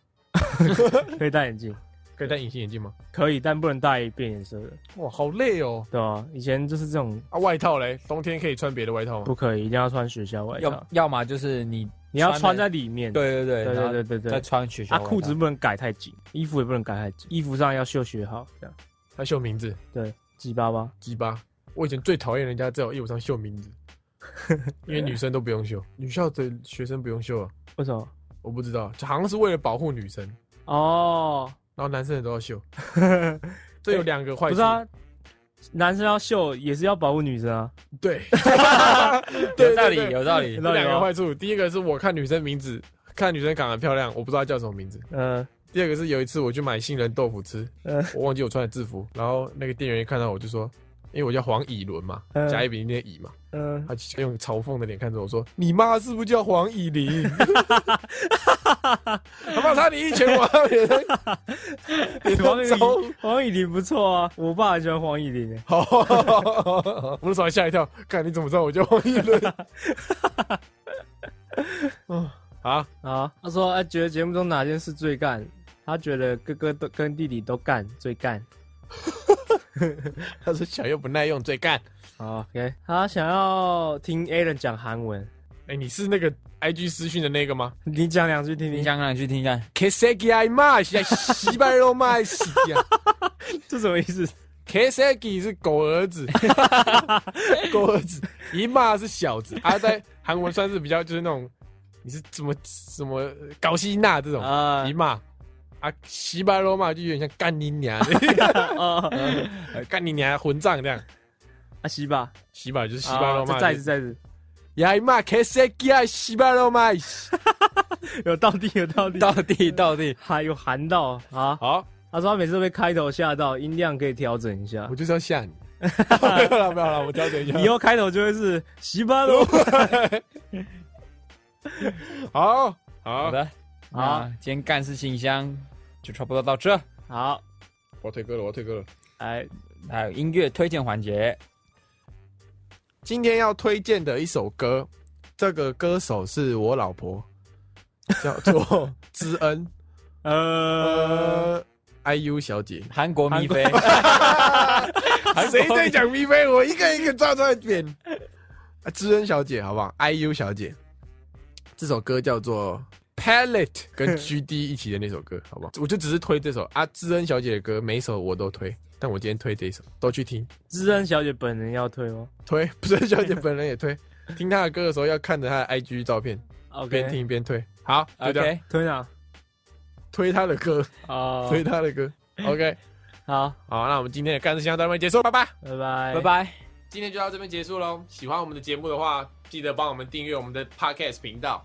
可以戴眼镜，可以戴隐形眼镜吗？可以，但不能戴变颜色的，哇，好累哦！对吧、以前就是这种啊，外套嘞，冬天可以穿别的外套吗？不可以，一定要穿学校外要套，要么就是你哎你要穿的在里面。对对对对然后对对对再对。穿学校啊，外裤子套不能改太紧，衣服也不能改太紧，衣服上要绣学号，这样他绣名字，对，鸡巴巴。鸡巴！我以前最讨厌人家在我衣服上绣名 字，因为女生都不用绣，女校的学生不用绣啊，为什么？我不知道，就好像是为了保护女生。哦，然后男生也都要 秀，这有两个坏不处。是啊，男生要绣也是要保护女生啊。 对，有对道对理对有道理有，啊这两个坏处。第一个是我看女生名字，看女生长得漂亮，我不知道她叫什么名字。呃，第二个是有一次我去买杏仁豆腐吃，嗯我忘记我穿的制服，然后那个店员一看到我就说，因为我叫黄以伦嘛，嗯甲乙丙丁的乙嘛，嗯，他就用嘲讽的脸看着我说：“你妈是不是叫黄以玲？” 他妈差点一拳往他脸上，脸黄以上玲招。黄以玲不错啊，我爸很喜欢黄以玲欸诶。好， 我那时候还吓一跳，看你怎么知道我叫黄一伦？ 嗯，好，啊，他说他觉得节目中哪件事最干？他觉得哥哥都跟弟弟都干最干。他说小又不耐用，最干。好，OK，他想要听 a l a n 讲韩文，哎、你是那个 I G 私讯的那个吗你讲两句听你听。想想去听一下， ？Kiseki I m a s h 西班牙麦西 呀这什么意思？ ，Kiseki 啊是狗儿子， 狗儿子，一骂是小子。他、啊、在韩文算是比较就是那种，你是怎么什么高希娜这种啊一骂。啊，西班牙骂就有点像干你 娘，啊干你娘混账这样。啊，西吧，西巴就是西巴罗啊嘛，再一次，再一次，呀妈，K C G I 西巴罗嘛。有道地，有道地，到地到地，还有韩道啊。好，他说他每次都被开头吓到，音量可以调整一下我。就是要吓你。没有了，没有了，我调整一下以。后开头就会是西巴罗。好好好，的，好那今天干事信箱就差不多到这，好，我退歌了，我退歌了。来，还有音乐推荐环节，今天要推荐的一首歌，这个歌手是我老婆，叫做知恩，呃，呃，IU 小姐。韩国韩咪国 菲，谁在讲咪菲？我一个一个抓出来扁。啊知恩小姐，好不好？IU 小姐，这首歌叫做 Palette 跟 GD 一起的那首歌，好不好？我就只是推这首啊，知恩小姐的歌每一首我都推，但我今天推这一首，都去听。知恩小姐本人要退哦吗推，不是小姐本人也推。 听她的歌的时候要看着她的 IG 照片，边？OK，听边推。好，就这样 OK，推哪？推她的歌，哦，推她的歌。OK，好，好，那我们今天的干事箱到这边结束，拜拜。拜拜，拜。拜。今天就到这边结束喽。喜欢我们的节目的话，记得帮我们订阅我们的 Podcast 频道，